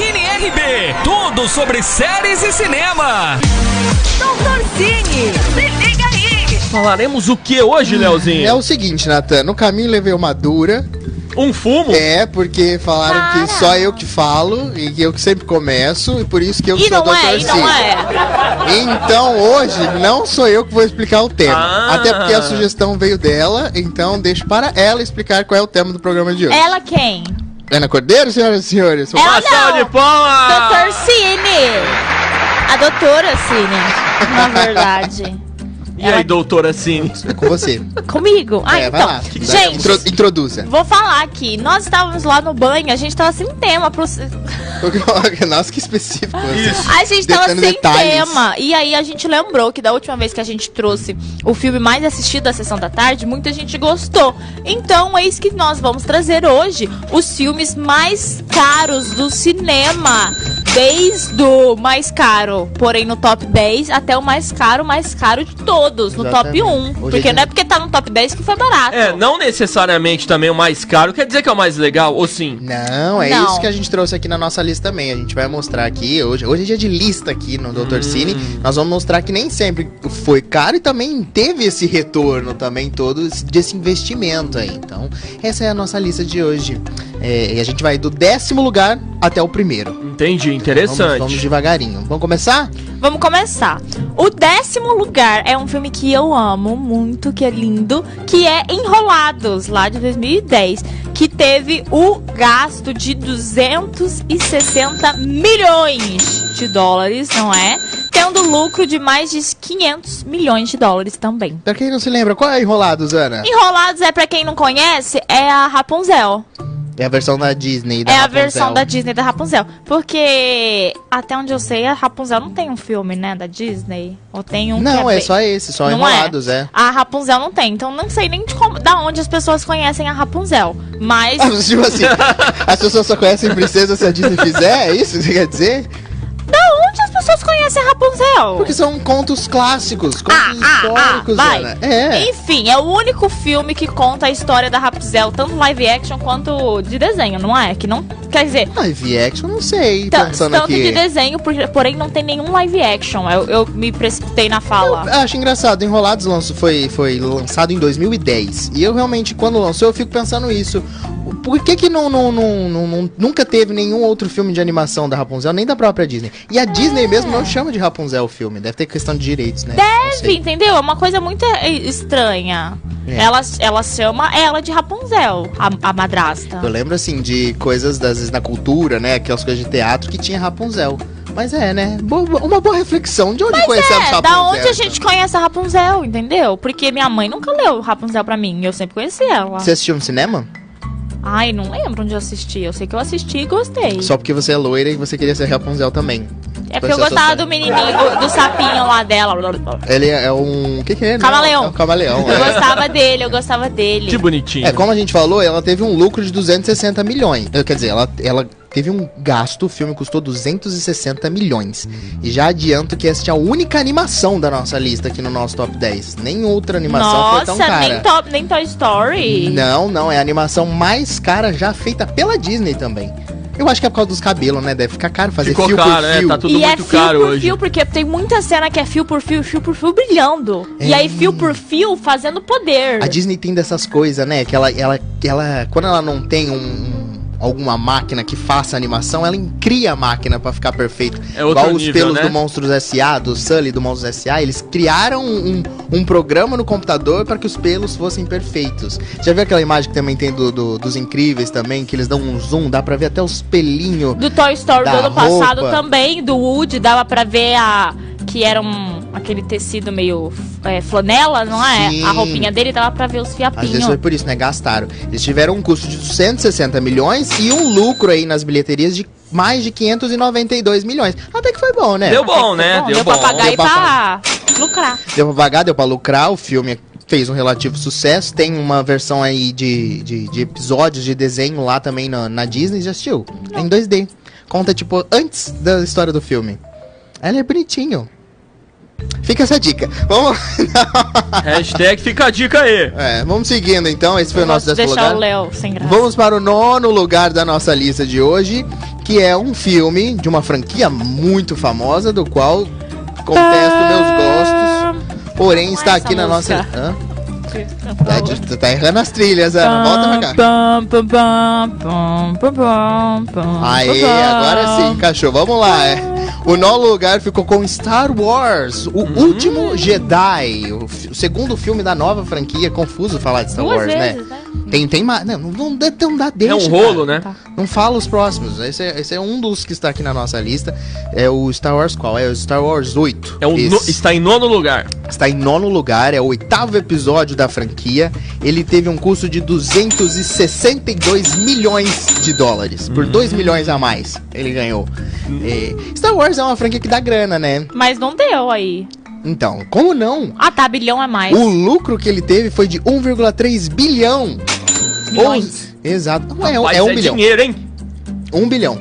RB, tudo sobre séries e cinema. Doutor Cine, se liga aí. Falaremos o que hoje, É Leozinho? o seguinte, Natan, no caminho levei uma dura. Um fumo? É, porque falaram Para. que só eu que falo e que eu que sempre começo, e por isso que eu que E sou não doutor é, e não Cine. é. Então hoje não sou eu que vou explicar o tema. Ah. Até porque a sugestão veio dela, então deixo para ela explicar qual é o tema do programa de hoje. Ela quem? Ana Cordeiro, senhoras e senhores? É. Ela Uma salva Ah, não. de palmas! Doutor Cine. A doutora Cine, na verdade. E aí, doutora Cine? É com você. Comigo. Ah, é, vai então. lá. Gente, Intro- introduza. vou falar aqui. Nós estávamos lá no banho, a gente tava sem tema pro... Nossa, que específico. Isso. A gente tava Detendo sem detalhes. tema. E aí a gente lembrou que da última vez que a gente trouxe o filme mais assistido da sessão da tarde, muita gente gostou. Então eis que nós vamos trazer hoje os filmes mais caros do cinema. Desde o mais caro, porém no top 10, até o mais caro, mais caro de todos, no Exatamente. top 1. Hoje a porque gente- não é porque tá no top 10 que foi barato. É, não necessariamente também o mais caro. Quer dizer que é o mais legal? Ou sim? Não, é Não. isso que a gente trouxe aqui na nossa lista também. A gente vai mostrar aqui hoje. Hoje é dia de lista aqui no Dr. Cine. Nós vamos mostrar que nem sempre foi caro e também teve esse retorno também todo esse- desse investimento aí. Então, essa é a nossa lista de hoje. É, e a gente vai do décimo lugar até o primeiro. Entendi, Vamos, interessante. vamos devagarinho. Vamos começar? Vamos começar. O décimo lugar é um filme que eu amo muito, que é lindo, que é Enrolados, lá de 2010, que teve o gasto de 260 milhões de dólares, não é? Tendo lucro de mais de 500 milhões de dólares também. Pra quem não se lembra, qual é Enrolados, Ana? Enrolados é pra quem não conhece, é a Rapunzel. É a versão da Disney. Da é Rapunzel. a versão da Disney da Rapunzel, porque até onde eu sei, a Rapunzel não tem um filme, né, da Disney? Ou tem um Não, que é é bem- só esse, só Não é. Enrolados, é. A Rapunzel não tem, então não sei nem de, como, da onde as pessoas conhecem a Rapunzel. Mas. Ah, tipo assim, as pessoas só conhecem princesa se a Disney fizer, é isso que você quer dizer? da onde as pessoas conhecem a Rapunzel? Porque são contos clássicos, contos Ah, ah, ah, históricos, vai. Ana. É. Enfim, é o único filme que conta a história da Rapunzel, tanto live action quanto de desenho, não é? Que não. Quer dizer. Live action, não sei, tan- pensando tanto aqui. de desenho, por- porém não tem nenhum live action. Eu, eu me precipitei na fala. Eu acho engraçado, Enrolados lanço, foi, foi lançado em 2010. E eu realmente, quando lançou, eu fico pensando isso. Por que que não, não- não- não- não- nunca teve nenhum outro filme de animação da Rapunzel, nem da própria Disney? E a Disney mesmo É. não chama de Rapunzel o filme, deve ter questão de direitos, né? Não Enfim, sei. entendeu? É uma coisa muito eh, estranha. É. Ela, ela chama ela de Rapunzel, a, a madrasta. Eu lembro, assim, de coisas, às vezes, na cultura, né? Aquelas coisas de teatro que tinha Rapunzel. Mas é, né? Bo- uma boa reflexão. De onde conhecemos É, Rapunzel? da onde a então? gente conhece a Rapunzel, entendeu? Porque minha mãe nunca leu Rapunzel pra mim, eu sempre conheci ela. Você assistiu no cinema? Ai, não lembro onde eu assisti, eu sei que eu assisti e gostei. Só porque você é loira e você queria ser Rapunzel também. é porque eu Foi seu gostava sonho. do menininho, do, do sapinho lá dela. Eu Ele é um. O que, que é? Não, Camaleão. é um camaleão. é. gostava dele, eu gostava dele. Que bonitinho. É, como a gente falou, ela teve um lucro de 260 milhões. Eh, Quer dizer, ela, ela teve um gasto, o filme custou 260 milhões. E já adianto que essa é a única animação da nossa lista aqui no nosso top 10. Nem outra animação foi Nossa, tão cara. nem, top, nem Toy Story. Não, não, é a animação mais cara já feita pela Disney também. Eu acho que é por causa dos cabelos, né? Deve ficar caro fazer Ficou fio caro, por né? fio. Tá tudo e é muito fio caro por hoje. fio, porque tem muita cena que é fio por fio, fio por fio brilhando. É. E aí fio por fio fazendo poder. A Disney tem dessas coisas, né? Que ela, ela, ela quando ela não tem um- um- alguma máquina que faça animação, ela cria a máquina pra ficar perfeito. É outro Igual os nível, pelos né? do Monstros S.A., do Sully do Monstros S.A., eles criaram um, um programa no computador pra que os pelos fossem perfeitos. Já viu aquela imagem que também tem do- do- dos incríveis também, que eles dão um zoom, dá pra ver até os pelinhos. Do Toy Story Da do ano passado roupa. também, do Woody, dava pra ver a. Que era um, aquele tecido meio é, flanela, não é? Sim. A roupinha dele dava pra ver os Às vezes fiapinhos. foi por isso, né? Gastaram. Eles tiveram um custo de 160 milhões e um lucro aí nas bilheterias de mais de 592 milhões. Até que foi bom, né? Deu bom, né? Bom, Deu deu bom. pra pagar Deu e pra pra lucrar. Deu pra pagar, deu pra lucrar, o filme fez um relativo sucesso. Tem uma versão aí de, de, de episódios de desenho lá também na, na Disney, já assistiu? Em 2D. Conta, tipo, antes da história do filme. Ela é bonitinho. Fica essa dica. Vamos, Hashtag fica a dica aí. é, vamos seguindo então. Esse foi o nosso Posso décimo deixar lugar. o Léo sem graça. Vamos para o nono lugar da nossa lista de hoje, que é um filme de uma franquia muito famosa, do qual contesto meus gostos, porém Não é está aqui essa na nossa... música. Hã? Tá, de- tá errando as trilhas, Tá Ana. Volta pra cá. Pam, pam, pam, pam, pam, pam, pam, Aê, pam. agora sim, cachorro. Vamos lá. é. O No Lugar ficou com Star Wars, o Hum. último Jedi. O, fi- o segundo filme da nova franquia. Confuso falar de Star Duas Wars, né? vezes, né? Tem, tem mais. Não, não, dá, não dá deixa, É um cara. rolo, né? Não fala os próximos. Esse é, esse é um dos que está aqui na nossa lista. É o Star Wars qual? É o Star Wars 8. É um Esse no- está em nono lugar. Está em nono lugar, é o oitavo episódio da franquia. Ele teve um custo de 262 milhões de dólares. Uhum. Por 2 milhões a mais, ele ganhou. É, Star Wars é uma franquia que dá grana, né? Mas não deu aí. Então, como não? Ah, tá, bilhão é mais. O lucro que ele teve foi de 1,3 bilhão. Milhões. Ou- Exato. Não, é, um- Rapaz, é um bilhão. dinheiro, hein? 1 bilhão.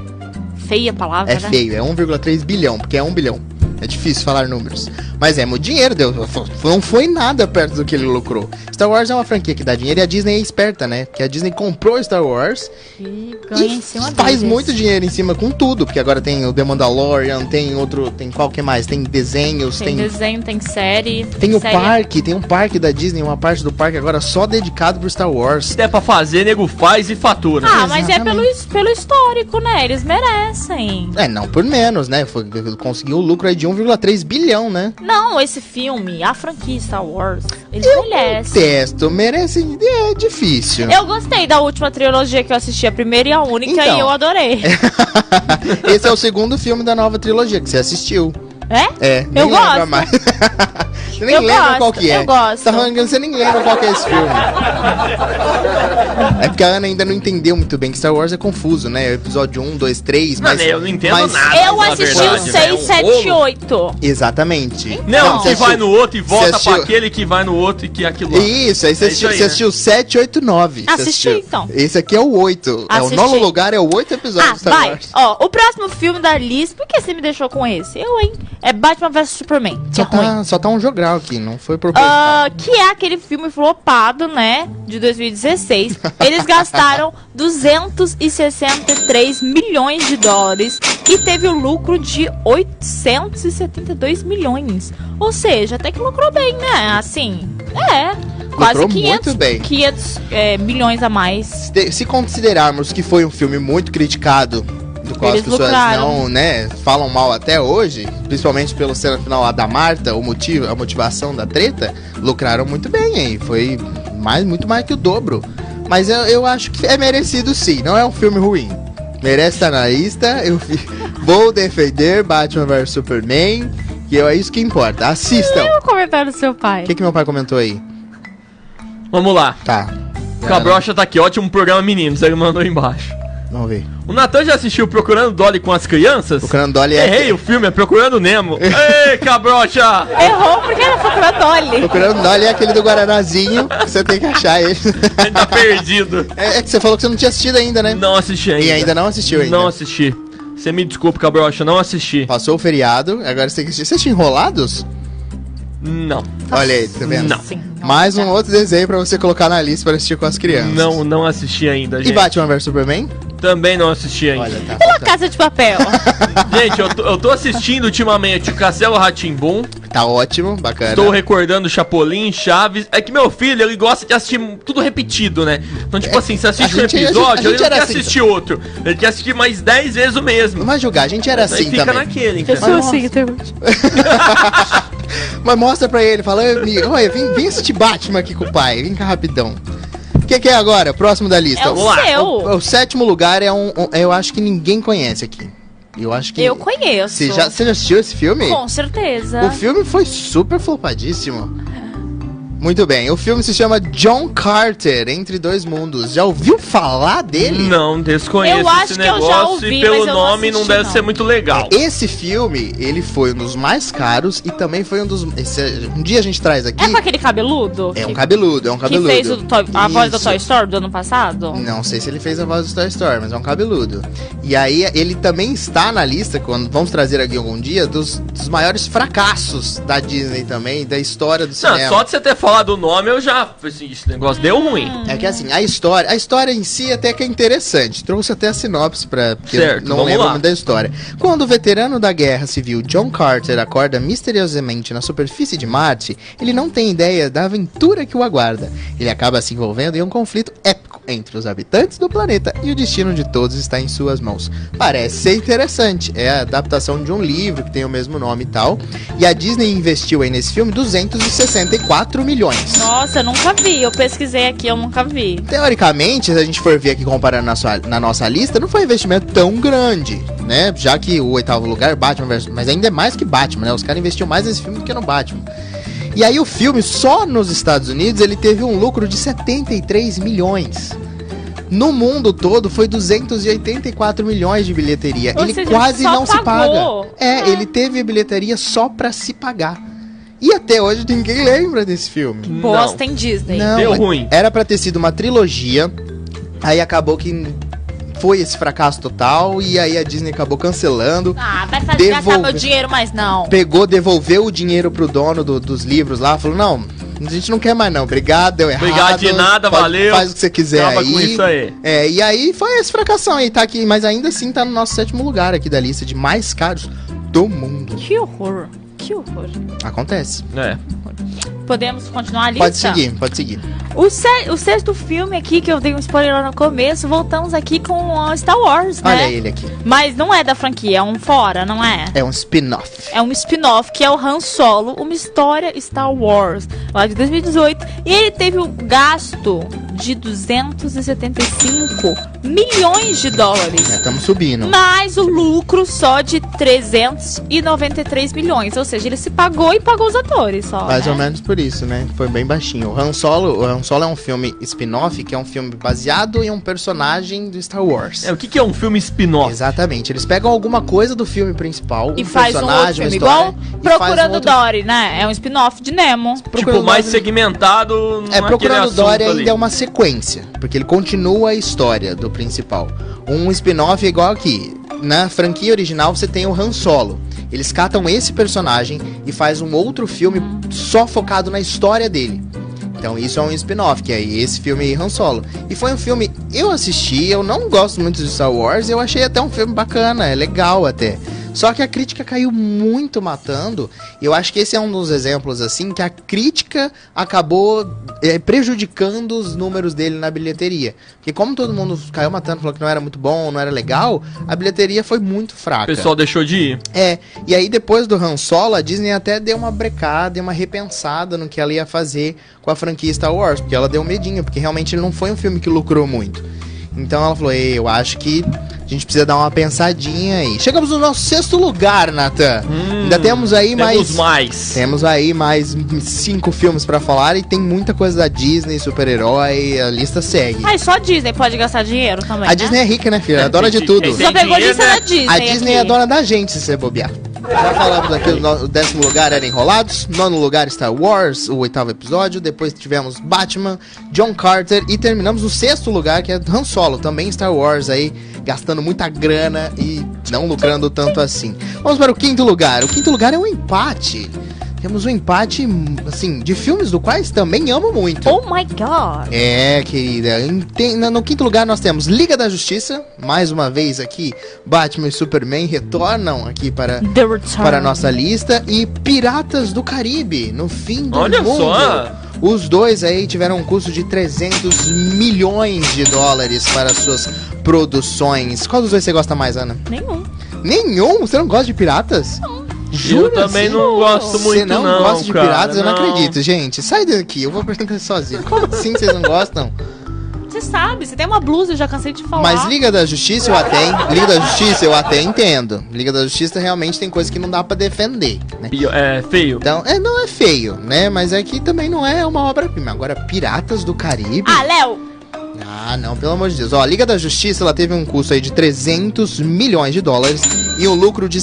Feia a palavra, É né? feio, é 1,3 bilhão, porque é 1 bilhão. É difícil falar números. Mas é muito dinheiro, deu. f- Não foi nada perto do que ele lucrou. Star Wars é uma franquia que dá dinheiro e a Disney é esperta, né? Porque a Disney comprou Star Wars E ganha e em cima faz deles. muito dinheiro em cima com tudo. Porque agora tem o The Mandalorian, tem outro. Tem qual que mais? Tem desenhos, Tem, tem. Tem, desenho, tem série. o série é parque, tem um parque da Disney, uma parte do parque agora só dedicado pro Star Wars. Se der pra fazer, nego faz e fatura. Ah, mas é pelo, né? Exatamente. pelo histórico, né? Eles merecem. É, não por menos, né? Foi, conseguiu o lucro aí de 1,3 bilhão, né? Não, esse filme, a franquia Star Wars, eles merecem. Testo merece. É difícil. Eu gostei da última trilogia que eu assisti, a primeira e a única, Então. e eu adorei. Esse é o segundo filme da nova trilogia que você assistiu. É? É, nem Eu lembra gosto. mais. Você nem Eu lembra gosto, qual que é. eu gosto. Tá falando que você nem lembra qual que é esse filme. É porque a Ana ainda não entendeu muito bem que Star Wars é confuso, né? Episódio 1, 2, 3, Mano, mas... eu não entendo mas- nada. eu na assisti verdade, o né? É 6, um 7 e rolo. 8. Exatamente. Então, Não, você que vai no assistiu- outro e você volta assistiu- pra aquele que vai no outro e que aquilo lá. Isso, aí você É isso assistiu, aí, você né? assistiu 7, 8, 9. Você Assisti, assistiu. então. Esse aqui é o 8. É o Assisti. nono lugar, é o 8 episódio Ah, de Star vai. Wars. Ó, o próximo filme da Liz, por que você me deixou com esse? Eu, hein? É Batman vs Superman, que Só é ruim. tá, só tá um jogral aqui, não foi proposital. Ah, que é aquele filme flopado, né? De 2016. Eles gastaram 263 milhões de dólares e teve o lucro de 872 milhões. Ou seja, até que lucrou bem, né? Assim, é. Quase Lucrou 500, muito bem. 500 é, milhões a mais. se- se considerarmos que foi um filme muito criticado, do qual Eles as pessoas lucraram. não, né, falam mal até hoje, principalmente pela cena final lá da Marta, o motivo, a motivação da treta, lucraram muito bem, hein? Foi mais, muito mais que o dobro. Mas eu, eu acho que é merecido sim, não é um filme ruim. Merece estar na lista, eu fi- vou defender Batman vs Superman, que eu- é isso que importa. Assistam! O um comentário do seu pai. O que, que meu pai comentou aí? Vamos lá. Tá. O Cabrocha tá aqui, ótimo programa, meninos. Ele mandou aí embaixo. Vamos ver. O Natan já assistiu Procurando Dolly com as crianças? O Crandoli é. Errei o filme, é Procurando Nemo. Ei, Cabrocha! Errou porque era pra Dolly. Procurando Dolly é aquele do Guaranazinho, que você tem que achar ele. Ele tá perdido. É, é que você falou que você não tinha assistido ainda, né? Não assisti ainda. E ainda não assistiu ainda. Não assisti. Você me desculpa, Cabrocha, não assisti. Passou o feriado, agora você tem que assistir. Você assistiu Enrolados? Não. Olha aí, tá vendo? Não. Mais um outro desenho pra você colocar na lista pra assistir com as crianças. Não, não assisti ainda, E gente. Batman vs Superman? Também não assisti ainda. Olha, tá. Uma casa de papel. Gente, eu tô, eu tô assistindo ultimamente o Castelo Ratimbum. Tá ótimo, bacana. Estou recordando Chapolin, Chaves. É que meu filho, ele gosta de assistir tudo repetido, né? Então, tipo assim, você assiste É, a um gente- a gente- a episódio, gente ele não era quer assim, assistir outro. Ele quer assistir mais 10 vezes o mesmo. Não vai julgar, a gente era Aí assim fica também. naquele, então. Eu sou assim até hoje. Mas mostra pra ele, fala, "Ô, amigo, olha, vem, vem assistir Batman aqui com o pai, vem cá rapidão. O que, que é agora? Próximo da lista. É o Vamos lá. seu. O, o sétimo lugar é um, um- Eu acho que ninguém conhece aqui. Eu acho que. Eu conheço. Você já, você já assistiu esse filme? Com certeza. O filme foi super flopadíssimo. Muito bem, o filme se chama John Carter Entre Dois Mundos. Já ouviu falar dele? Não, desconheço Eu acho esse que eu já negócio ouvi, e mas pelo eu não nome não, assisti, deve não. ser muito legal. Esse filme, ele foi um dos mais caros e também foi um dos. esse- um dia a gente traz aqui. É com aquele cabeludo? É um que- cabeludo, é um Que cabeludo. fez o Toy- a voz do Isso. Toy Story do ano passado? Não sei se ele fez a voz do Toy Story, mas é um cabeludo. E aí ele também está na lista, quando vamos trazer aqui algum dia, dos, dos maiores fracassos da Disney também, da história do Não, cinema. só de você ter falar do nome, eu já. Assim, esse negócio deu ruim. Hum, É que assim, a história, a história em si até que é interessante. Trouxe até a sinopse pra. Porque Certo, eu não vamos lembro lá. muito da história. Quando o veterano da guerra civil John Carter acorda misteriosamente na superfície de Marte, ele não tem ideia da aventura que o aguarda. Ele acaba se envolvendo em um conflito épico entre os habitantes do planeta e o destino de todos está em suas mãos. Parece ser interessante. É a adaptação de um livro que tem o mesmo nome e tal. E a Disney investiu aí nesse filme 264 milhões. Nossa, eu nunca vi. Eu pesquisei aqui, eu nunca vi. Teoricamente, se a gente for ver aqui comparando na, sua- na nossa lista, não foi um investimento tão grande, né? Já que o oitavo lugar, Batman versus. Mas ainda é mais que Batman, né? Os caras investiram mais nesse filme do que no Batman. E aí o filme, só nos Estados Unidos, ele teve um lucro de 73 milhões. No mundo todo foi 284 milhões de bilheteria. Ou ele seja, quase só não se pagou. paga. É, ele teve a bilheteria só pra se pagar. E até hoje ninguém lembra desse filme. Bosta em Disney. Não, Deu é- ruim. Era pra ter sido uma trilogia, aí acabou que foi esse fracasso total e aí a Disney acabou cancelando. Ah, vai fazer gastar Devolver. meu dinheiro, mas não. Pegou, devolveu o dinheiro pro dono do- dos livros lá, falou: "Não, a gente não quer mais não. Obrigado, deu errado. Obrigado de nada, Pode- valeu. Faz o que você quiser Acaba aí. com isso aí. É, e aí foi esse fracassão aí, tá aqui, mas ainda assim tá no nosso sétimo lugar aqui da lista de mais caros do mundo. Que horror. Que horror. Acontece. É. Podemos continuar a lista? Pode seguir, pode seguir. O, se- o sexto filme aqui, que eu dei um spoiler lá no começo, voltamos aqui com a Star Wars, né? É? Olha ele aqui. Mas não é da franquia, é um fora, não é? É um spin-off. É um spin-off que é o Han Solo, uma história Star Wars, lá de 2018. E ele teve um gasto de 275 milhões de dólares. É, tamo subindo. Mas o lucro só de 393 milhões. Ou seja, ele se pagou e pagou os atores só. Mais né? ou menos por isso, né? Foi bem baixinho. O Han Solo, o Han Solo é um filme spin-off, que é um filme baseado em um personagem do Star Wars. É, o que, que é um filme spin-off? Exatamente. Eles pegam alguma coisa do filme principal, E faz um outro filme, igual um Procurando Dory, né? É um spin-off de Nemo. Tipo, mais segmentado É, naquele Procurando assunto Dory ainda ali. é uma sequência, porque ele continua a história do principal. Um spin-off é igual aqui. Na franquia original você tem o Han Solo. Eles catam esse personagem e faz um outro filme só focado na história dele. Então isso é um spin-off, que é esse filme aí, Han Solo. E foi um filme, eu assisti, eu não gosto muito de Star Wars, eu achei até um filme bacana, é legal até. Só que a crítica caiu muito matando, e eu acho que esse é um dos exemplos, assim, que a crítica acabou eh, prejudicando os números dele na bilheteria. Porque como todo mundo caiu matando, falou que não era muito bom, não era legal, a bilheteria foi muito fraca. O pessoal deixou de ir. É, e aí depois do Han Solo, a Disney até deu uma brecada, e uma repensada no que ela ia fazer com a franquia Star Wars, porque ela deu um medinho, porque realmente ele não foi um filme que lucrou muito. Então ela falou, Ei, eu acho que a gente precisa dar uma pensadinha aí. Chegamos no nosso sexto lugar, Nathan. Hum, Ainda temos aí Temos mais... mais. Temos aí mais cinco filmes pra falar e tem muita coisa da Disney, super-herói, a lista segue. Mas só a Disney pode gastar dinheiro também, A né? Disney é rica, né, filha? É, Ela é dona tem de di- tudo. tem Só pegou a dinheiro, lista né? da Disney A Disney aqui. é dona da gente, se você bobear. Já falamos aqui, o no- o décimo lugar era Enrolados, nono lugar Star Wars, o oitavo episódio, depois tivemos Batman, John Carter e terminamos no sexto lugar, que é Han Solo, também Star Wars aí, gastando muita grana e não lucrando tanto assim. Vamos para o quinto lugar. O quinto lugar é um empate. Temos um empate, assim, de filmes do quais também amo muito. Oh my God. É, querida. Em- tem- na- no quinto lugar nós temos Liga da Justiça. Mais uma vez aqui, Batman e Superman retornam aqui para, The Return. para a nossa lista. E Piratas do Caribe, no fim do Olha mundo. só. Os dois aí tiveram um custo de 300 milhões de dólares para suas produções. Qual dos dois você gosta mais, Ana? Nenhum. Nenhum? Você não gosta de piratas? Eu Jura? também Sim. não gosto muito, Você não, não gosta de cara, piratas? Eu não acredito, gente. Sai daqui, eu vou apresentar sozinho. Como assim vocês não gostam? Você sabe, você tem uma blusa, eu já cansei de falar. Mas Liga da Justiça eu até en- Liga da Justiça eu até entendo. Liga da Justiça realmente tem coisa que não dá pra defender, né? Pio- É, feio. Então, é, não é feio, né? Mas é que também não é uma obra-prima. Agora, Piratas do Caribe? Ah, Léo, Ah, não, pelo amor de Deus. Ó, a Liga da Justiça, ela teve um custo aí de 300 milhões de dólares e um lucro de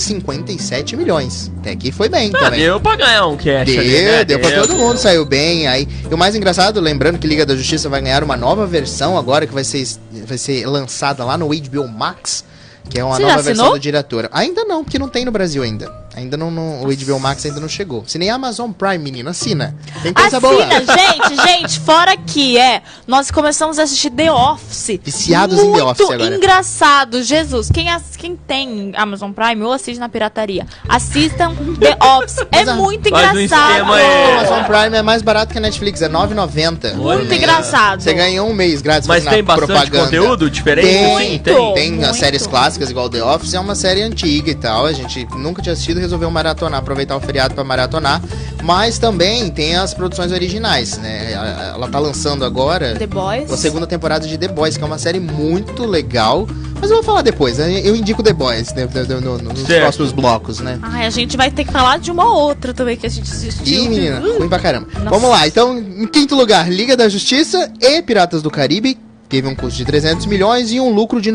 657 milhões. Até que foi bem Ah, também. deu pra ganhar um cash Deu, ali, né? deu pra todo deu. mundo, saiu bem. Aí, e o mais engraçado, lembrando que Liga da Justiça vai ganhar uma nova versão agora que vai ser, vai ser lançada lá no HBO Max, que é uma Você já nova versão assinou? do diretor. Ainda não, porque não tem no Brasil ainda. Ainda não, não- o HBO Max ainda não chegou. Se nem a Amazon Prime, menino, assina. Tem coisa Assina, boa. gente, gente, fora que é. Nós começamos a assistir The Office. Viciados em Muito The Office agora. engraçado, Jesus. Quem, ass- quem tem Amazon Prime ou assiste na pirataria, assistam The Office. Mas É a- muito Mas o engraçado. esquema é- A Amazon Prime é mais barato que a Netflix, é R$ 9,90. Olha. Muito engraçado. Você ganhou um mês grátis Mas na tem bastante conteúdo diferente? Tem, assim? tem, Muito, tem muito. as séries clássicas, igual The Office, é uma série antiga e tal. A gente nunca tinha assistido, resolveu maratonar, aproveitar o feriado pra maratonar. Mas também tem as produções originais, né? Ela- Ela tá lançando agora The Boys. a segunda temporada de The Boys, que é uma série muito legal. Mas eu vou falar depois, né? eu indico The Boys né? no- no- nos Certo. próximos blocos, né? Ai, a gente vai ter que falar de uma outra também que a gente assistiu. Ih, menina, Uh, ruim pra caramba. Nossa. Vamos lá, então, em quinto lugar, Liga da Justiça e Piratas do Caribe. Teve um custo de 300 milhões e um lucro de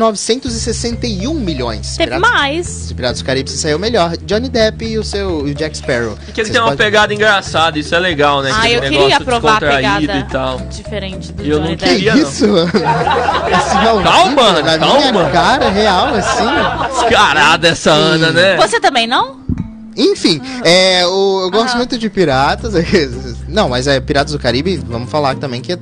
961 milhões. Teve Piratas, mais. os Piratas do Caribe se saiu melhor. Johnny Depp e o seu e o Jack Sparrow. Que ele Vocês tem uma podem- pegada engraçada, isso é legal, né? Ah, Aquele eu queria negócio aprovar a descontraído pegada e tal. diferente do Eu não Johnny Que Depp. queria, não. isso? Esse maldito Calma, na calma. minha cara real, assim. Descarada essa Ana, né? Você também não? Enfim, é, o- eu gosto Ah. muito de Piratas. é Não, mas é Piratas do Caribe, vamos falar também que é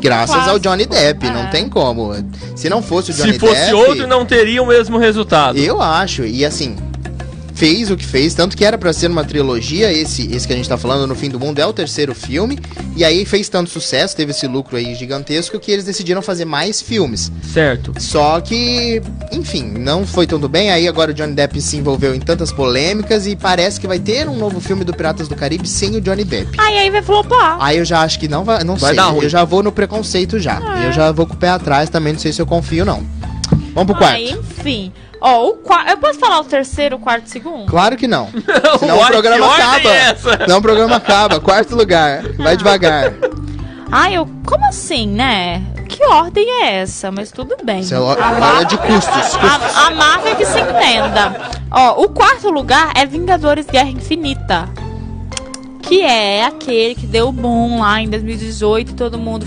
graças Clássico. ao Johnny Depp, É. não tem como. Se não fosse o Johnny Se fosse Depp, outro, não teria o mesmo resultado. Eu acho, e assim, fez o que fez, tanto que era pra ser uma trilogia, esse, esse que a gente tá falando, No Fim do Mundo, é o terceiro filme, e aí fez tanto sucesso, teve esse lucro aí gigantesco, que eles decidiram fazer mais filmes. Certo. Só que, enfim, não foi tudo bem, aí agora o Johnny Depp se envolveu em tantas polêmicas, e parece que vai ter um novo filme do Piratas do Caribe sem o Johnny Depp. Aí aí vai flopar. Aí eu já acho que não vai, não Vai sei, dar ruim. eu já vou no preconceito já, Ah. eu já vou com o pé atrás também, não sei se eu confio não. Vamos pro quarto. Aí, Ah, enfim. Ó, o quarto. Eu posso falar o terceiro, o quarto, o segundo? Claro que não. Senão o Uai, programa que ordem acaba. é essa? Não, o programa acaba. Quarto lugar. Vai devagar. Ai, eu. Como assim, né? Que ordem é essa? Mas tudo bem. Isso é lo- hora de custos. A, a marca que se entenda. Ó, o quarto lugar é Vingadores Guerra Infinita. Que é aquele que deu boom lá em 2018, todo mundo.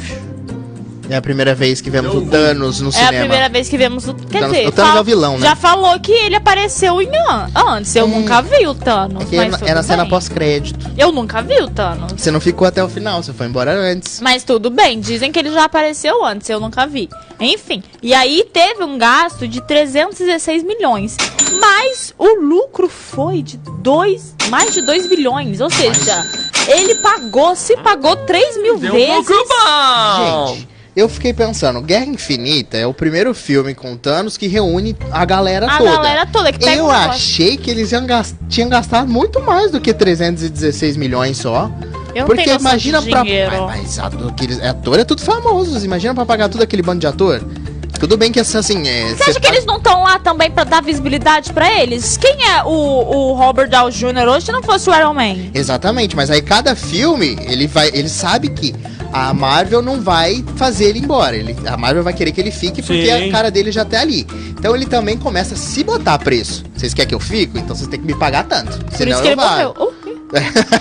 É a primeira vez que vemos o Thanos no É a cinema. primeira vez que vemos o. Quer Thanos- dizer, o Thanos fa- é o vilão, né? já falou que ele apareceu em an- antes. Eu nunca vi o Thanos. É que é mas na- tudo é na cena bem. pós-crédito. Eu nunca vi o Thanos. Você não ficou até o final, você foi embora antes. Mas tudo bem, dizem que ele já apareceu antes, eu nunca vi. Enfim, e aí teve um gasto de 316 milhões, mas o lucro foi de dois, mais de 2 bilhões, ou seja, ele pagou, se pagou 3 mil Deu um vezes. lucro bom. Gente, eu fiquei pensando, Guerra Infinita é o primeiro filme com Thanos que reúne a galera a toda. galera toda que tá pega Eu o negócio. achei que eles iam gas- tinham gastado muito mais do que 316 milhões só. Eu não Porque tenho noção imagina de pra. dinheiro. Ai, mas ator, aqueles- ator é tudo famoso. Imagina pra pagar tudo aquele bando de ator. Tudo bem que assim. É, Você acha que eles não estão lá também pra dar visibilidade pra eles? Quem é o, o Robert Downey Jr. hoje se não fosse o Iron Man? Exatamente, mas aí cada filme, ele vai. Ele sabe que a Marvel não vai fazer ele embora. Ele, a Marvel vai querer que ele fique porque Sim. a cara dele já tá ali. Então ele também começa a se botar preço. Vocês querem que eu fico? Então vocês têm que me pagar tanto. Por senão isso que eu ele vai. morreu. O quê?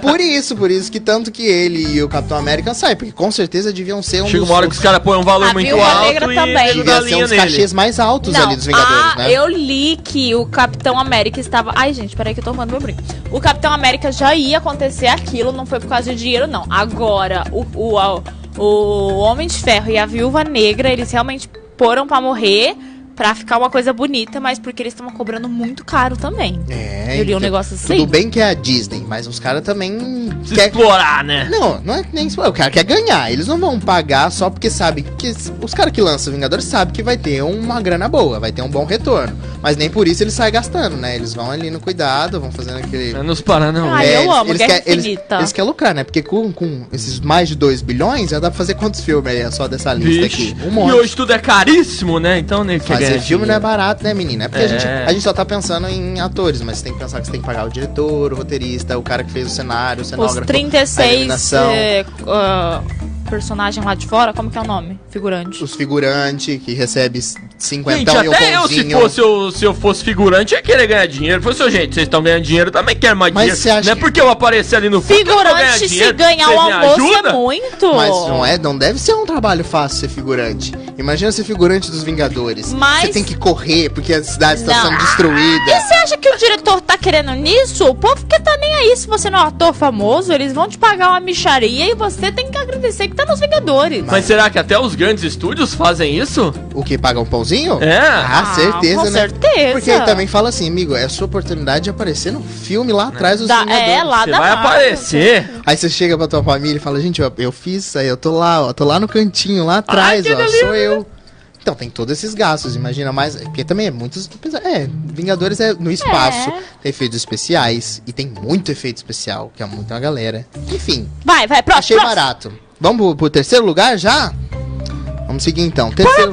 Por isso, por isso que tanto que ele e o Capitão América saem, porque com certeza deviam ser um Chega dos- uma hora que os caras põem um valor A muito Viúva alto Negra e também. nego dá devia ser linha uns nele. cachês mais altos ali dos Vingadores, ah, né? eu li que o Capitão América estava. Ai, gente, peraí que eu tô arrumando meu brinco. O Capitão América já ia acontecer aquilo, não foi por causa de dinheiro, não. Agora, o, o, a- o Homem de Ferro e a Viúva Negra, eles realmente foram pra morrer, pra ficar uma coisa bonita, mas porque eles estavam cobrando muito caro também. É, eu li um então, negócio Tudo assim. bem que é a Disney, mas os caras também Se quer explorar, né? Não, não é que nem isso. O cara quer ganhar. Eles não vão pagar só porque sabe que os caras que lançam Vingadores sabem que vai ter uma grana boa, vai ter um bom retorno. Mas nem por isso eles saem gastando, né? Eles vão ali no cuidado, vão fazendo aquele Não é nos parar, não. Ai, né? eu amo Guerra eles, Infinita. eles querem lucrar, né? Porque com, com esses mais de 2 bilhões, já dá pra fazer quantos filmes aí é só dessa lista Vixe. aqui? Um e monte. hoje tudo é caríssimo, né? Então, né? que ganha Fazer filme não é dinheiro. barato, né, menina? É porque É. A, gente, a gente só tá pensando em atores, mas você tem que pensar que você tem que pagar o diretor, o roteirista, o cara que fez o cenário, o Os cenógrafo, a 36 é, iluminação. eh, ah, personagens lá de fora, como que é o nome? figurante. Os figurantes que recebe 50 Gente, e um até eu, se, pãozinho. fosse, eu, se eu fosse figurante, eu ia querer ganhar dinheiro. Eu Falei, seu gente, vocês estão ganhando dinheiro, eu também quero mais Mas você dinheiro. acha Não é que- porque eu apareci ali no fundo que eu vou Então, ganhar Figurante, se dinheiro, ganhar o vocês me almoço é ajudam? muito. Mas não é, não deve ser um trabalho fácil ser figurante. Imagina ser figurante dos Vingadores. Mas- Você tem que correr porque a cidade está Não. é sendo E destruída. você acha que o diretor tá querendo nisso? O povo que tá nem aí. Se você não é um ator famoso, eles vão te pagar uma micharia e você tem que agradecer que tá nos Vingadores. Mas será que até os grandes estúdios fazem isso? O que paga um pãozinho? É. Ah, certeza, com né? certeza. Porque ele também fala assim, amigo, é a sua oportunidade de aparecer no filme lá atrás dos Da- Vingadores. é, lá Você da vai Marvel. aparecer. Aí você chega pra tua família e fala, gente, eu, eu fiz isso aí, eu tô lá, ó, tô lá no cantinho, lá atrás, que ó, delícia. né? sou eu. Então, tem todos esses gastos, imagina mais. Porque também é muitos. É, Vingadores é no espaço. É. Tem efeitos especiais. E tem muito efeito especial, que é muito uma galera. Enfim, Vai, vai, Ah, próximo. achei próximo. barato. Vamos pro, pro terceiro lugar já? Vamos seguir então. Terceiro...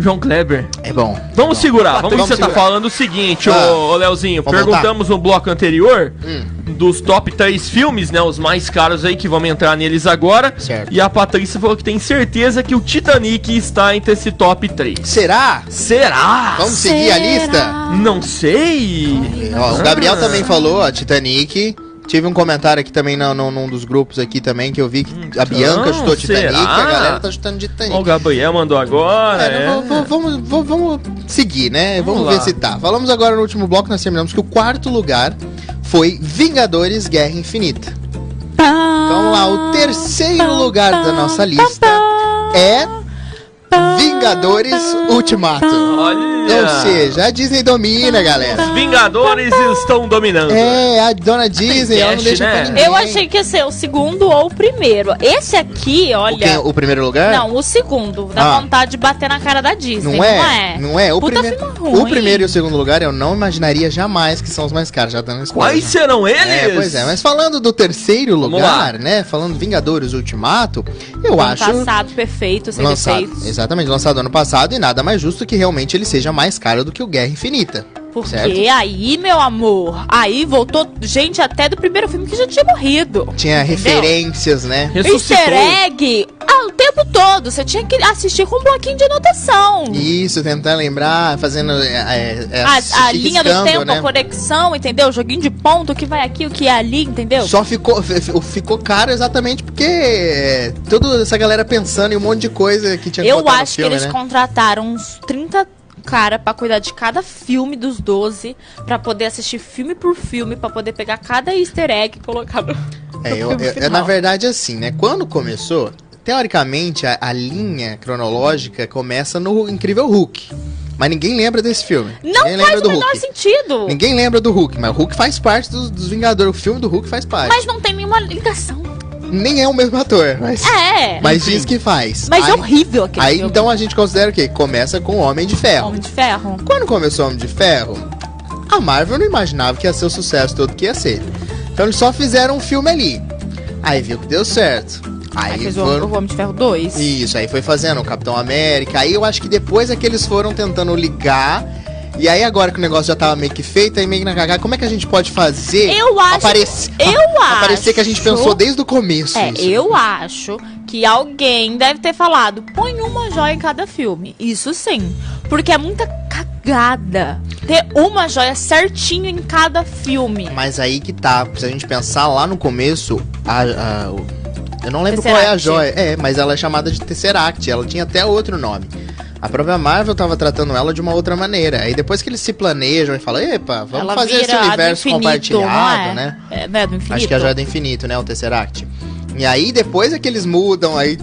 João Kleber. É bom. Vamos é bom. segurar, vamos, ver Vamos se você tá segurar. falando o seguinte, Ah. ô, ô Leozinho. Vamos perguntamos no bloco anterior Hum, dos top 3 filmes, né? Os mais caros aí que vamos entrar neles agora. Certo. E a Patrícia falou que tem certeza que o Titanic está entre esse top 3. Será? Será? Vamos seguir a lista? Não sei. Ó, Ah. o Gabriel também falou, ó, Titanic. Tive um comentário aqui também na- no, num dos grupos aqui também, que eu vi que a Bianca chutou Titanic, Hum, então, será? a galera tá chutando Ó, o Titanic. Gabriel mandou agora. É, é. não, vou- vou- vamos, vou- vamos seguir, né? Vamos, Vamos lá. ver se tá. Falamos agora no último bloco, nós terminamos que o quarto lugar foi Vingadores Guerra Infinita. Então lá, Ah, o terceiro lugar da nossa lista é Vingadores Ultimato. Olha. Ou seja, a Disney domina, galera. Os é. Vingadores estão dominando. É, a dona Disney, ela não teste, deixa né? pra ninguém. Eu achei que ia ser o segundo ou o primeiro. Esse aqui, O, quem- olha. o primeiro lugar? Não, o segundo. Dá Ah. vontade de bater na cara da Disney. Não é? Não é. Não é? O, Puta primeiro- filme ruim. o primeiro e o segundo lugar eu não imaginaria jamais que são os mais caros, já dando spoiler. Quais serão eles? É, pois é, mas falando do terceiro Vamos lugar, né? Falando Vingadores Ultimato, eu Um acho. Passado perfeito, sem Lançado, defeitos. exatamente, lançado ano passado, e nada mais justo que realmente ele seja mais caro do que o Guerra Infinita. Porque Certo. aí, meu amor, aí voltou gente até do primeiro filme que já tinha morrido. Tinha referências, né? Ressuscitou. Easter egg ah, o tempo todo. Você tinha que assistir com um bloquinho de anotação. Isso, tentar lembrar, fazendo. é, é, é, A, a linha do riscando, tempo, né? a conexão, entendeu? Joguinho de ponto, o que vai aqui, o que é ali, entendeu? Só ficou, f- f- ficou caro exatamente porque é, toda essa galera pensando em um monte de coisa que tinha Eu botar no acho filme, que eles né? contrataram uns 30 cara pra cuidar de cada filme dos 12, pra poder assistir filme por filme, pra poder pegar cada easter egg e colocar no É, eu, filme eu- final. na verdade, assim, né? Quando começou, teoricamente, a, a linha cronológica começa no Incrível Hulk. Mas ninguém lembra desse filme. Não ninguém faz lembra o do menor Hulk. sentido. Ninguém lembra do Hulk, mas o Hulk faz parte dos, dos Vingadores. O filme do Hulk faz parte. Mas não tem nenhuma ligação. Nem é o mesmo ator, mas, É. Mas, mas diz que faz. aí, é horrível aquele aí filme. então é. a gente considera o quê? Começa com o Homem de Ferro. Homem de Ferro. Quando começou Homem de Ferro, a Marvel não imaginava que ia ser o sucesso todo que ia ser. Então eles só fizeram um filme ali. Aí viu que deu certo. Aí, Aí fez um o foram. o Homem de Ferro 2. Isso, aí foi fazendo o Capitão América. Aí eu acho que depois é que eles foram tentando ligar. E aí agora que o negócio já tava meio que feito, aí meio que na cagada, como é que a gente pode fazer? Eu acho- Aparecer, Eu acho. aparecer que a gente pensou desde o começo. É, isso. eu acho que alguém deve ter falado: põe uma joia em cada filme. Isso sim. Porque é muita cagada ter uma joia certinho em cada filme. Mas aí que tá, se a gente pensar lá no começo, a, a- o- eu não lembro qual é a Tesseract. joia. É, mas ela é chamada de Tesseract, ela tinha até outro nome. A própria Marvel tava tratando ela de uma outra maneira. Aí depois que eles se planejam e falam, epa, vamos Ela fazer esse vira a do universo infinito, compartilhado, não é? né? É, né, do infinito. Acho que é a joia do infinito, né? O Tesseract. E aí depois é que eles mudam, aí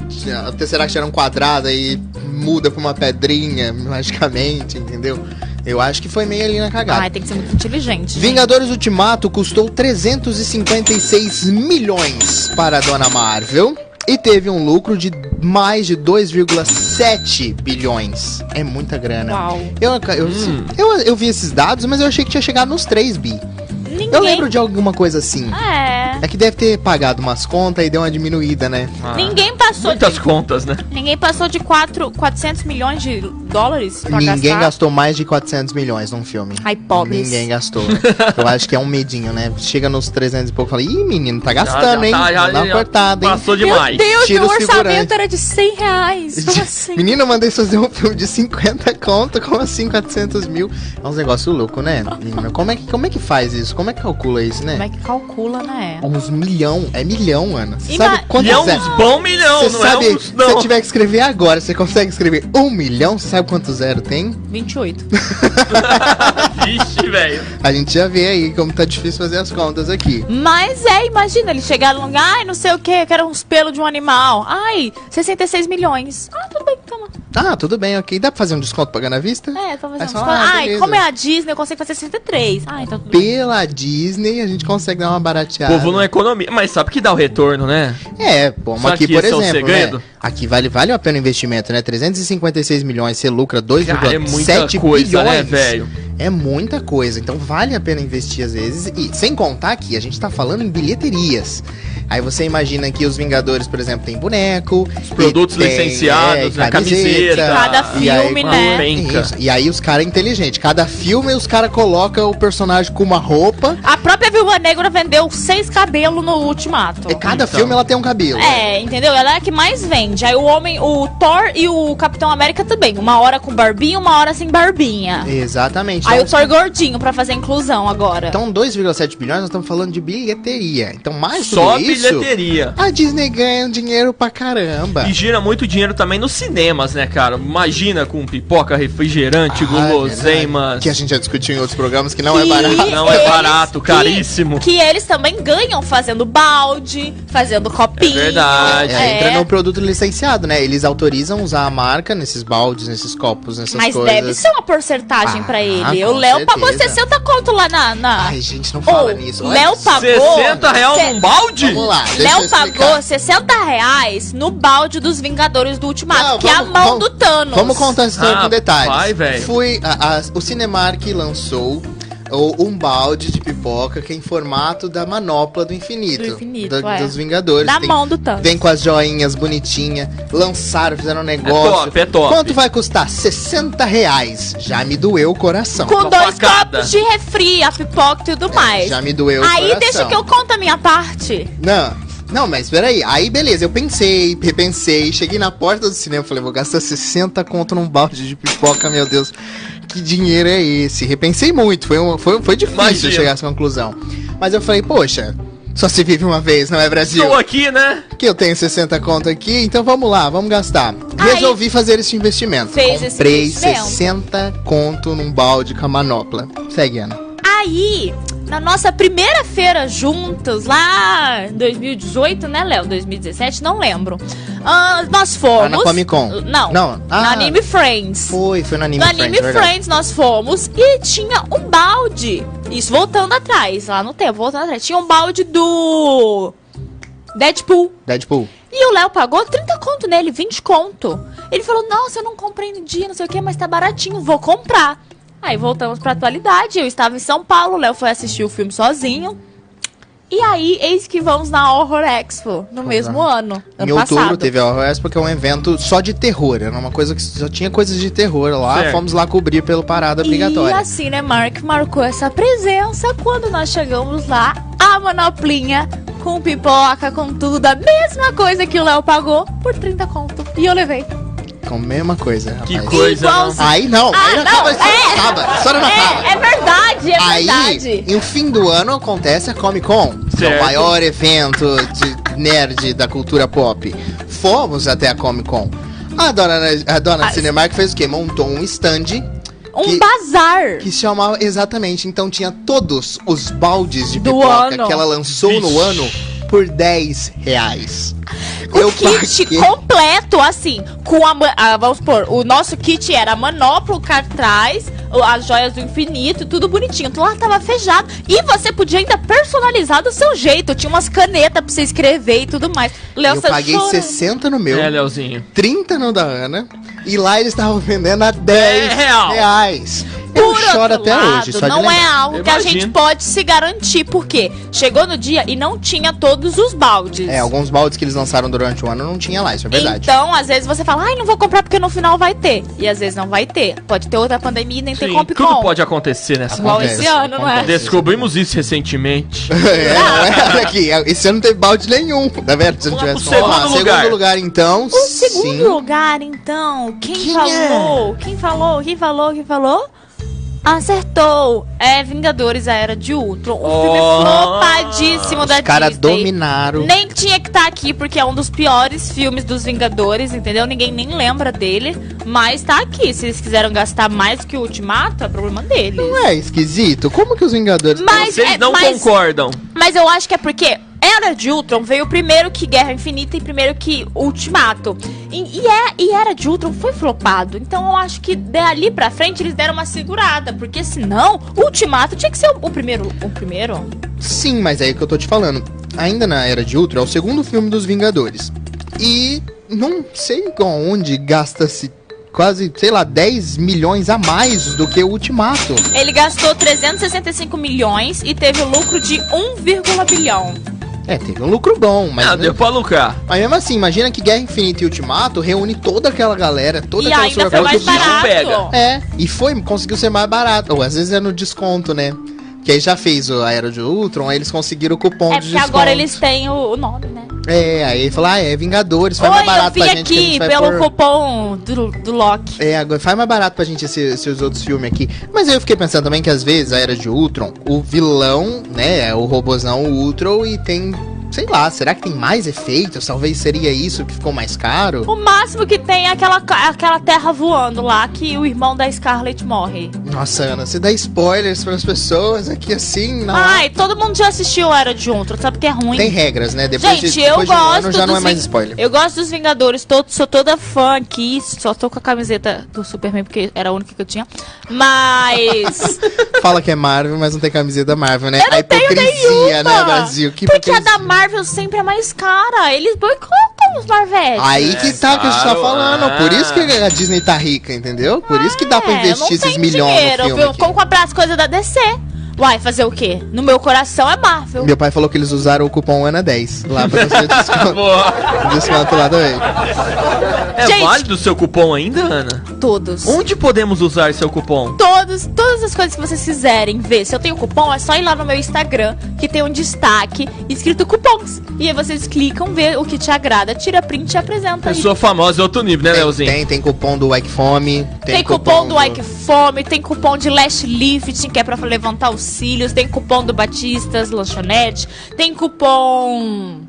o Tesseract era um quadrado, aí muda pra uma pedrinha, magicamente, entendeu? Eu acho que foi meio ali na cagada. Ai, tem que ser muito inteligente. gente. Vingadores Ultimato custou 356 milhões para a dona Marvel e teve um lucro de mais de 2,7 bilhões. É muita grana. Uau. Eu, eu, Hum. eu, eu vi esses dados, mas eu achei que tinha chegado nos 3 bi. Ninguém. Eu lembro de alguma coisa assim. É. É. É que deve ter pagado umas contas e deu uma diminuída, né? Ah, Ninguém passou Muitas de contas, né? Ninguém passou de quatro, 400 milhões de dólares pra Ninguém gastar. gastou mais de 400 milhões num filme. Ai, pobres. Ninguém gastou. Eu acho que é um medinho, né? Chega nos 300 e pouco e fala, ih, menino, tá Já- já gastando, hein? tá- já- Dá uma já cortada, hein? Passou Meu demais. Deus, Tira meu o orçamento segurante. era de 100 reais. Como assim? Menino, eu mandei fazer um filme de 50 conto, como assim 400 mil? É uns negócio louco, né? Menino, como é, que, como é que faz isso? Como é que calcula isso, Como né? é que calcula, né? Uns milhão, é milhão, Ana. Você Ima- sabe quantos E é uns é? bom milhão, Você não sabe, é uns se não. você tiver que escrever agora, você consegue escrever um milhão? Você sabe quanto zero tem? 28. Vixe, velho. A gente já vê aí como tá difícil fazer as contas aqui. Mas é, imagina, eles chegaram no lugar, ai, não sei o que, eu quero uns pelos de um animal. Ai, 66 milhões. Ah, tudo bem, toma. Ah, tudo bem, ok. Dá pra fazer um desconto pagando à vista? É, pra fazer É uns só, pa- ah, Ai, beleza. como é a Disney, eu consigo fazer 63. Ah, então tudo bem. Pela Disney, a gente consegue dar uma O barateada. povo não economia. Mas sabe que dá o retorno, né? É, pô, mas Só aqui, que por esse é o exemplo, segredo? né? Aqui vale, vale a pena o investimento, né? 356 milhões, você lucra Cara, é 2,7 muita coisa, né, bilhões. velho? é muita coisa, então vale a pena investir às vezes. E sem contar que a gente tá falando em bilheterias. Aí você imagina que os Vingadores, por exemplo, tem boneco, e Produtos tem, licenciados, é, né? Camiseta. Cada filme, E aí, uma né? penca. Isso. E aí os caras inteligentes. Cada filme os caras colocam o personagem com uma roupa. A própria Viúva Negra vendeu seis cabelos no Ultimato. E cada Então. filme ela tem um cabelo. É, entendeu? Ela é a que mais vende. Aí o homem, o Thor e o Capitão América também. Uma hora com barbinha, uma hora sem barbinha. Exatamente. Aí o Então, Thor gordinho pra fazer a inclusão agora. então 2,7 bilhões nós estamos falando de bilheteria. Então mais Só tudo isso, É. bilheteria. a Disney ganha dinheiro pra caramba. E gira muito dinheiro também nos cinemas, né, cara? Imagina com pipoca, refrigerante, Ah, guloseimas. verdade. Que a gente já discutiu em outros programas que não é E- barato. Não é Eles barato, que- caríssimo. Que eles também ganham fazendo balde, fazendo É copinho. verdade. É, É. entra no produto licenciado, né? Eles autorizam usar a marca nesses baldes, nesses copos, nessas Mas coisas. deve ser uma porcentagem Ah, pra com ele. O Léo pagou certeza. 60 conto lá na. na... Ai, gente, não Ô, fala nisso. Olha Léo só. pagou. 60 real Cê- num balde? Vamos lá, deixa eu Léo explicar. pagou 60 reais no balde dos Vingadores do Ultimato, Não, que é a vamos- mão vamos- do Thanos. Vamos contar a história Ah, com detalhes. vai, velho. Fui. a- a- o Cinemark lançou o- um balde de pipoca que é em formato da manopla do infinito. Do infinito, da- é. Dos Vingadores. Da Tem- mão do Thanos. Vem com as joinhas bonitinha, lançaram, fizeram um É negócio. top, é top. Quanto vai custar? 60 reais. Já me doeu o coração. Com Uma dois facada. copos de refri, a pipoca e tudo mais. É, Já me doeu o Aí coração. deixa que eu conto a minha parte. Não. Não, mas peraí. Aí beleza, eu pensei, repensei, cheguei na porta do cinema, falei, vou gastar 60 conto num balde de pipoca, meu Deus. Que dinheiro é esse? Repensei muito, foi, um, foi, foi difícil Imagina. chegar a essa conclusão. Mas eu falei, poxa, só se vive uma vez, não é Brasil? Estou aqui, né? Que eu tenho 60 conto aqui, então vamos lá, vamos gastar. Aí- Resolvi fazer esse investimento. Fez esse Comprei investimento. 60 conto num balde com a manopla. Segue, Ana. Aí, na nossa primeira feira juntos, lá em 2018, né, Léo? 2017, não lembro. Ah, nós fomos. Lá na Comic Con. Não. Não, Na ah. Anime Friends. Foi, foi no Anime No Anime Friends, é verdade. Friends nós fomos e tinha um balde. Isso voltando atrás, lá no tempo, voltando atrás. Tinha um balde do Deadpool. Deadpool. E o Léo pagou 30 conto nele, 20 conto. Ele falou: Nossa, eu não comprei no dia, não sei o que, mas tá baratinho, vou comprar. Aí voltamos pra atualidade. Eu estava em São Paulo, o Léo foi assistir o filme sozinho. E aí, eis que vamos na Horror Expo no mesmo ano. Ano em outubro passado. teve a Horror Expo, que é um evento só de terror. Era uma coisa que só tinha coisas de terror lá. Certo. Fomos lá cobrir pelo parada E obrigatória. a Cinemark marcou essa presença quando nós chegamos lá, a manoplinha com pipoca, com tudo, a mesma coisa que o Léo pagou por 30 conto. E eu levei. Com a mesma coisa, rapaz. Que coisa. né? Igual- não. Aí não, Ah, aí não, não, acaba, a história é. não acaba. A história não acaba. É, é verdade, é Aí, verdade. no fim do ano acontece a Comic Con, que é Certo. o maior evento de nerd da cultura pop. Fomos até a Comic Con. A dona, a dona Ah, Cinemark fez o quê? Montou um stand Um que- bazar. que se chamava exatamente. Então tinha todos os baldes de Do pipoca ano. que ela lançou no Vixe. ano por 10 reais. o kit paguei- completo, assim, com a, ma- ah, Vamos supor, o nosso kit era a manopla, o cartaz, o- as joias do infinito, tudo bonitinho. Tudo lá tava fechado. E você podia ainda personalizar do seu jeito. Tinha umas canetas pra você escrever e tudo mais. Léo Eu saiu paguei chorando. 60 no meu, É, Leozinho. 30 no da Ana. E lá eles estavam vendendo a 10 É real. reais. Eu Por choro outro até lado, hoje, só de não é lembrar. algo que a Imagino. gente pode se garantir, porque chegou no dia e não tinha todos os baldes. É, alguns baldes que eles lançaram durante o ano não tinha lá, isso é verdade. Então, às vezes você fala, ai, não vou comprar porque no final vai ter. E às vezes não vai ter. Pode ter outra pandemia e nem ter Sim, Comic tudo Con. pode acontecer nessa Igual vida. esse ano, não é? acontece. Descobrimos isso recentemente. É, não é, olha aqui, esse ano não teve balde nenhum, tá vendo? Se não Vamos tivesse pro segundo rolado. lugar. segundo lugar, então, O segundo sim. lugar, então, quem, Quem é? falou? Quem falou? Quem falou? Quem falou? Acertou! É Vingadores, a Era de Ultron. Um filme Oh. flopadíssimo da Os caras Disney. dominaram. Nem tinha que estar aqui, porque é um dos piores filmes dos Vingadores, entendeu? Ninguém nem lembra dele, mas tá aqui. Se eles quiseram gastar mais que o Ultimato, é problema deles. Não é esquisito? Como que os Vingadores... Mas, Vocês é- não mas- concordam. mas eu acho que é porque Era de Ultron veio primeiro que Guerra Infinita e primeiro que Ultimato. E, e é- e Era de Ultron foi flopado. Então eu acho que dali pra frente eles deram uma segurada. Porque senão, Ultimato tinha que ser o, o primeiro. O primeiro? Sim, mas é o que eu tô te falando. Ainda na Era de Ultron, é o segundo filme dos Vingadores. E não sei onde gasta-se quase, sei lá, 10 milhões a mais do que o Ultimato. Ele gastou 365 milhões e teve lucro de 1,1 bilhão. É, teve um lucro bom, mas... ah, deu pra lucrar. Mas mesmo assim, imagina que Guerra Infinita e Ultimato reúne toda aquela galera, toda E aquela ainda foi É o que mais o bicho barato. pega. É, e foi, conseguiu ser mais barato. Ou às vezes é no desconto, né? Que aí já fez o- a Era de Ultron, aí eles conseguiram o cupom de É porque desconto. agora eles têm o, o nome, né? É, aí fala, ah, é Vingadores, faz mais Oi, eu barato vi pra gente. que a gente aqui vai pelo pôr- cupom do, do Loki. É, agora faz mais barato pra gente esse- esses outros filmes aqui. Mas eu fiquei pensando também que às vezes a Era de Ultron, o vilão, né, é o robozão o Ultron e tem, sei lá, será que tem mais efeitos? Talvez seria isso que ficou mais caro? O máximo que tem é aquela, ca- aquela terra voando lá que o irmão da Scarlet morre. Nossa, Ana, você dá spoilers pras pessoas aqui assim, na hora. Ai, todo mundo já assistiu Era de Ultron, sabe que é ruim. Tem regras, né? Depois Gente, de, eu depois de um ano gosto já não é dos mais Ving- spoiler. Eu gosto dos Vingadores, tô, sou toda fã aqui, só tô com a camiseta do Superman porque era a única que eu tinha. Mas. Fala que é Marvel, mas não tem camiseta da Marvel, né? Eu não a tenho hipocrisia, nenhuma. né, Brasil? Que porque a hipocrisia. da Marvel sempre é mais cara. Eles boicotam os Marvel. Aí É, que tá que a gente tá claro, falando. ah. Por isso que a Disney tá rica, entendeu? Por isso que dá pra É, não investir esses tem milhões dinheiro, no filme. viu? aqui. Como comprar as coisas da DC. Uai, fazer o quê? No meu coração é Marvel. Meu pai falou que eles usaram o cupom ANA10 lá pra fazer o desconto, Boa. o desconto lá também. É Gente. válido o seu cupom ainda, Ana? Todos. Um Onde podemos usar seu cupom? Todos, todas as coisas que vocês quiserem ver. Se eu tenho cupom, é só ir lá no meu Instagram, que tem um destaque escrito cupons. E aí vocês clicam, vê o que te agrada, tira print e apresenta. aí. Pessoa famosa é outro nível, né, Tem, Leozinho? tem, tem cupom do Ike Fome. Tem, cupom do Ike Fome, tem cupom de Lash Lifting, que é pra levantar os cílios, tem cupom do Batistas Lanchonete, tem cupom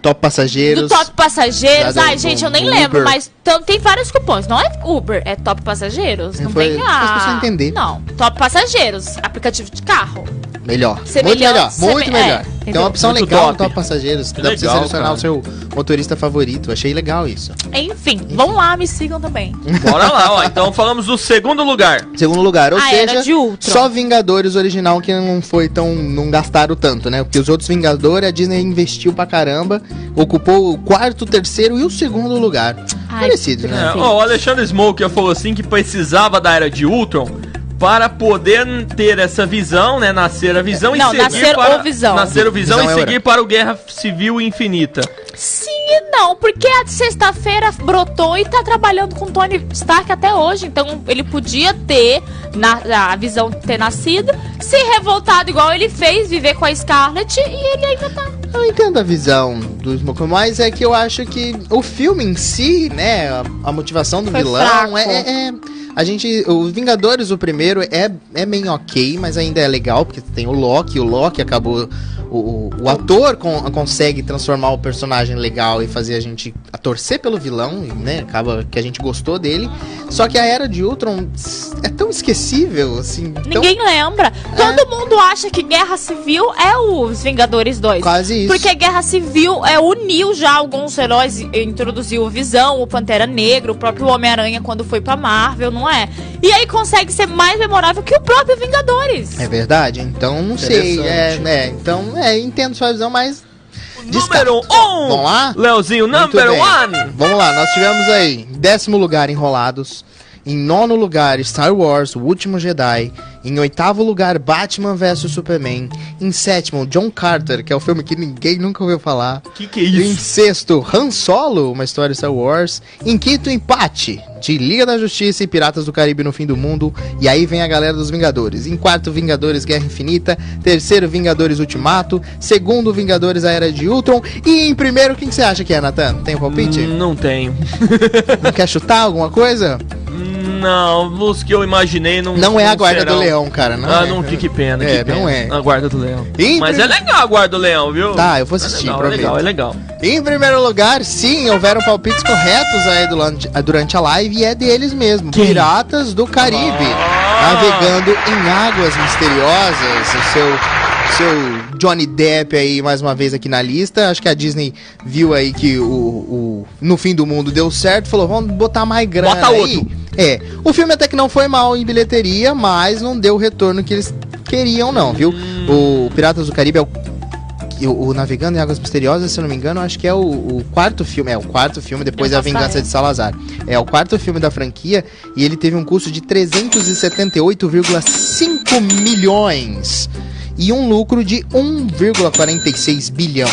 Top do Passageiros. Top Passageiros. Nada Ai, do gente, eu nem Uber. lembro, mas tam- tem vários cupons. Não é Uber, é Top Passageiros. Não Foi- tem foi as pessoas entenderem. Não, Top Passageiros, aplicativo de carro. Melhor. Semelhante, muito melhor. seme- Muito é, melhor. tem entendeu? uma opção Muito legal top. do Top Passageiros. Que Dá pra você legal, selecionar cara. o seu motorista favorito. Achei legal isso. Enfim, vão lá, me sigam também. Bora lá, ó. Então falamos do segundo lugar. Segundo lugar, ou A Ah, Era de seja, Ultron. só Vingadores original que não foi tão. não gastaram tanto, né? Porque os outros Vingadores, a Disney investiu pra caramba, ocupou o quarto, o terceiro e o segundo lugar. Ai, Merecido, né? É, ó, o Alexandre Smoke falou assim que precisava da era de Ultron para poder ter essa visão, né? Nascer a visão Não, e seguir nascer para o visão. nascer o visão, Visão é e hora. seguir para o Guerra Civil Infinita. Sim e não, porque a sexta-feira brotou e tá trabalhando com Tony Stark até hoje. Então ele podia ter, na, a visão ter nascido, se revoltado igual ele fez, viver com a Scarlet e ele ainda tá. Eu entendo a visão do Smoke, mas é que eu acho que o filme em si, né? A, a motivação do Foi fraco. vilão é, é- é- A gente. Os Vingadores, o primeiro, é, é meio ok, mas ainda é legal, porque tem o Loki, o Loki acabou. O, o- o ator con- consegue transformar o personagem legal e fazer a gente a torcer pelo vilão, e, né? Acaba que a gente gostou dele. Só que a era de Ultron s- é tão esquecível, assim. tão Ninguém lembra. É. Todo mundo acha que Guerra Civil é os Vingadores 2. Quase isso. Porque Guerra Civil é, uniu já alguns heróis, e- introduziu o Visão, o Pantera Negra, o próprio Homem-Aranha quando foi pra Marvel, não é? E aí consegue ser mais memorável que o próprio Vingadores. É verdade? Então não sei. É, Interessante. né? Então, é, entendo sua visão, mas. Número 1! descarto. Um, Vamos lá? Leozinho, Muito number bem. one! Vamos lá, nós tivemos aí, em décimo lugar, Enrolados. Em nono lugar, Star Wars, O Último Jedi. Em oitavo lugar, Batman vs Superman. Em sétimo, John Carter, que é o filme que ninguém nunca ouviu falar. Que que é Em isso? sexto, Han Solo, uma história de Star Wars. Em quinto, empate de Liga da Justiça e Piratas do Caribe no Fim do Mundo. E aí vem a galera dos Vingadores. Em quarto, Vingadores Guerra Infinita. Terceiro, Vingadores Ultimato. Segundo, Vingadores A Era de Ultron. E em primeiro, quem que você acha que é, Nathan? Tem um palpite? Hum, Não tenho. Não quer chutar alguma coisa? Não, os que eu imaginei não. Não é a não Guarda serão. do Leão, cara. Não ah, é. não, que, que pena. É, que não pena. Ah, é. A guarda do leão. Em Mas prim- é legal a guarda do leão, viu? Tá, eu vou assistir, é legal, é prometo. legal, é legal. Em primeiro lugar, sim, houveram palpites corretos aí durante, durante a live e é deles mesmo. Quem? Piratas do Caribe. Ah! Navegando em águas misteriosas. O seu, seu Johnny Depp aí, mais uma vez aqui na lista. Acho que a Disney viu aí que o, o No Fim do Mundo deu certo. Falou, vamos botar mais grana Bota aí. outro. É, o filme até que não foi mal em bilheteria, mas não deu o retorno que eles queriam não, viu? O Piratas do Caribe é o e o, o Navegando em Águas Misteriosas, se eu não me engano, acho que é o, o quarto filme. É, o quarto filme depois Eu da faço Vingança ideia. de Salazar. É o quarto filme da franquia e ele teve um custo de 378,5 milhões e um lucro de 1,46 bilhão.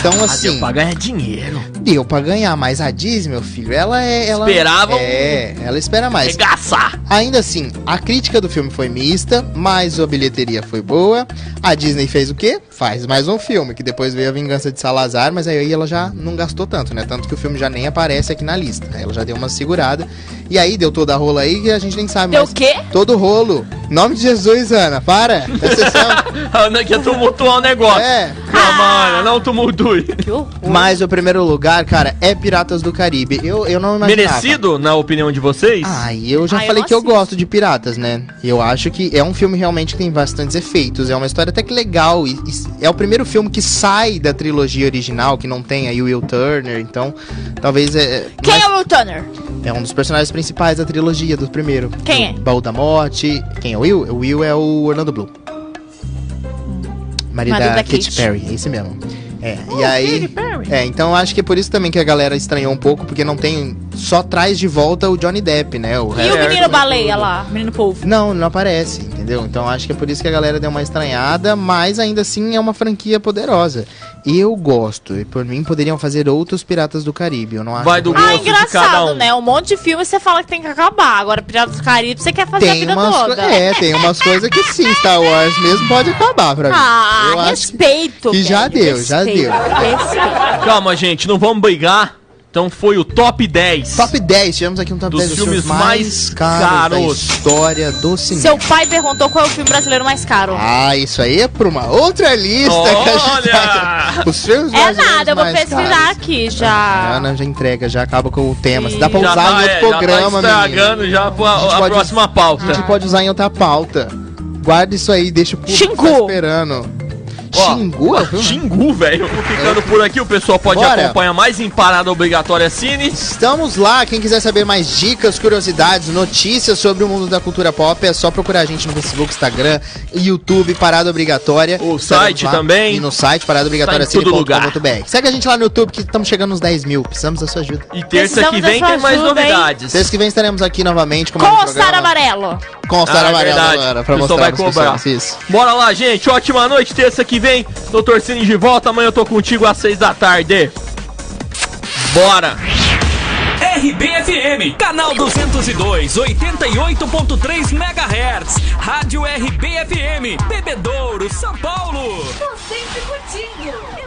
Então, Ah, deu assim, pra ganhar dinheiro. deu pra ganhar, mas a Disney, meu filho, ela é. Ela, Esperavam É, ela espera mais. regaçar. Ainda assim, a crítica do filme foi mista, mas a bilheteria foi boa. A Disney fez o quê? Faz mais um filme, que depois veio a Vingança de Salazar, mas aí ela já não gastou tanto, né? Tanto que o filme já nem aparece aqui na lista. Aí Ela já deu uma segurada. E aí deu toda a rola aí que a gente nem sabe Deu mais. o quê? Todo rolo. Nome de Jesus, Ana, para! Presta atenção. Ana quer tumultuar o negócio. é. Calma, Ah. Ana, não tumultue. Que horror. Mas o primeiro lugar, cara, é Piratas do Caribe. Eu, eu não imaginava. Merecido, na opinião de vocês? Ah, e eu já Ah, eu falei não que eu assisto. gosto de piratas, né? Eu acho que é um filme realmente que tem bastantes efeitos. É uma história até que legal. E, e é o primeiro filme que sai da trilogia original, que não tem aí o Will Turner. Então, talvez é. é- Quem mas é o Will Turner? é um dos personagens principais da trilogia, do primeiro. Quem é? O Baú da Morte. Quem é o Will? O Will é o Orlando Bloom. Marido Marido da, da Katy Kate. Perry, é esse mesmo. É, e aí. Katy Perry. É, então acho que é por isso também que a galera estranhou um pouco, porque não tem. Só traz de volta o Johnny Depp, né? O E resto o É, menino é, baleia lá? Menino polvo. não, não aparece, entendeu? Então acho que é por isso que a galera deu uma estranhada, mas ainda assim é uma franquia poderosa. Eu gosto, e por mim poderiam fazer outros Piratas do Caribe, eu não acho. Vai do ruim. Ah, gosto de cada engraçado, um. né? Um monte de filme você fala que tem que acabar. Agora, Piratas do Caribe, você quer fazer a tem vida umas co- toda. É, tem umas coisas que sim, Star Wars mesmo pode acabar pra mim. Ah, eu acho que- respeito. que já velho, deu, já respeito, deu. respeito. Calma, gente, não vamos brigar. Então foi o top 10. Top 10, tivemos aqui um top Dos 10 dos filmes filmes mais mais caros, da caros. história do cinema. Seu pai perguntou qual é o filme brasileiro mais caro. Ah, isso aí é pra uma outra lista que a gente tá... Olha! Os filmes é brasileiros nada, eu vou mais É, né? pesquisar caros. aqui A já. Ana já entrega, já acaba com o tema. Se dá pra Ih. Já usar tá, em outro é, programa, já tá estragando menino. já pro- gente a, pode- próxima A gente pauta. pode usar em outra pauta. Guarda isso aí, deixa o público Xingu. tá esperando. Ó, Xingu? é o filme? Xingu, velho. Vamos ficando por aqui. O pessoal pode Bora. acompanhar mais em Parada Obrigatória Cine. Estamos lá, quem quiser saber mais dicas, curiosidades, notícias sobre o mundo da cultura pop, é só procurar a gente no Facebook, Instagram, YouTube, Parada Obrigatória. O Estaremos site lá. também. E no site, paradaobrigatória.com.br. Segue a gente lá no YouTube que estamos chegando nos 10 mil, precisamos da sua ajuda. E terça que Precisamos da vem sua tem mais ajuda, hein? novidades. Sexta que vem estaremos aqui novamente com mais Com um o Star programa. Amarelo. Com o Star Ah, é Amarelo verdade. agora, O pra pessoal mostrar vai as cobrar. pessoas. Isso. Bora lá, gente. Ótima noite. Terça que vem, Doutor Cine de volta. Amanhã eu tô contigo às seis da tarde. Bora! RBFM, canal 202, 88.3 MHz. Rádio RBFM, Bebedouro, São Paulo. Tô sempre curtindo.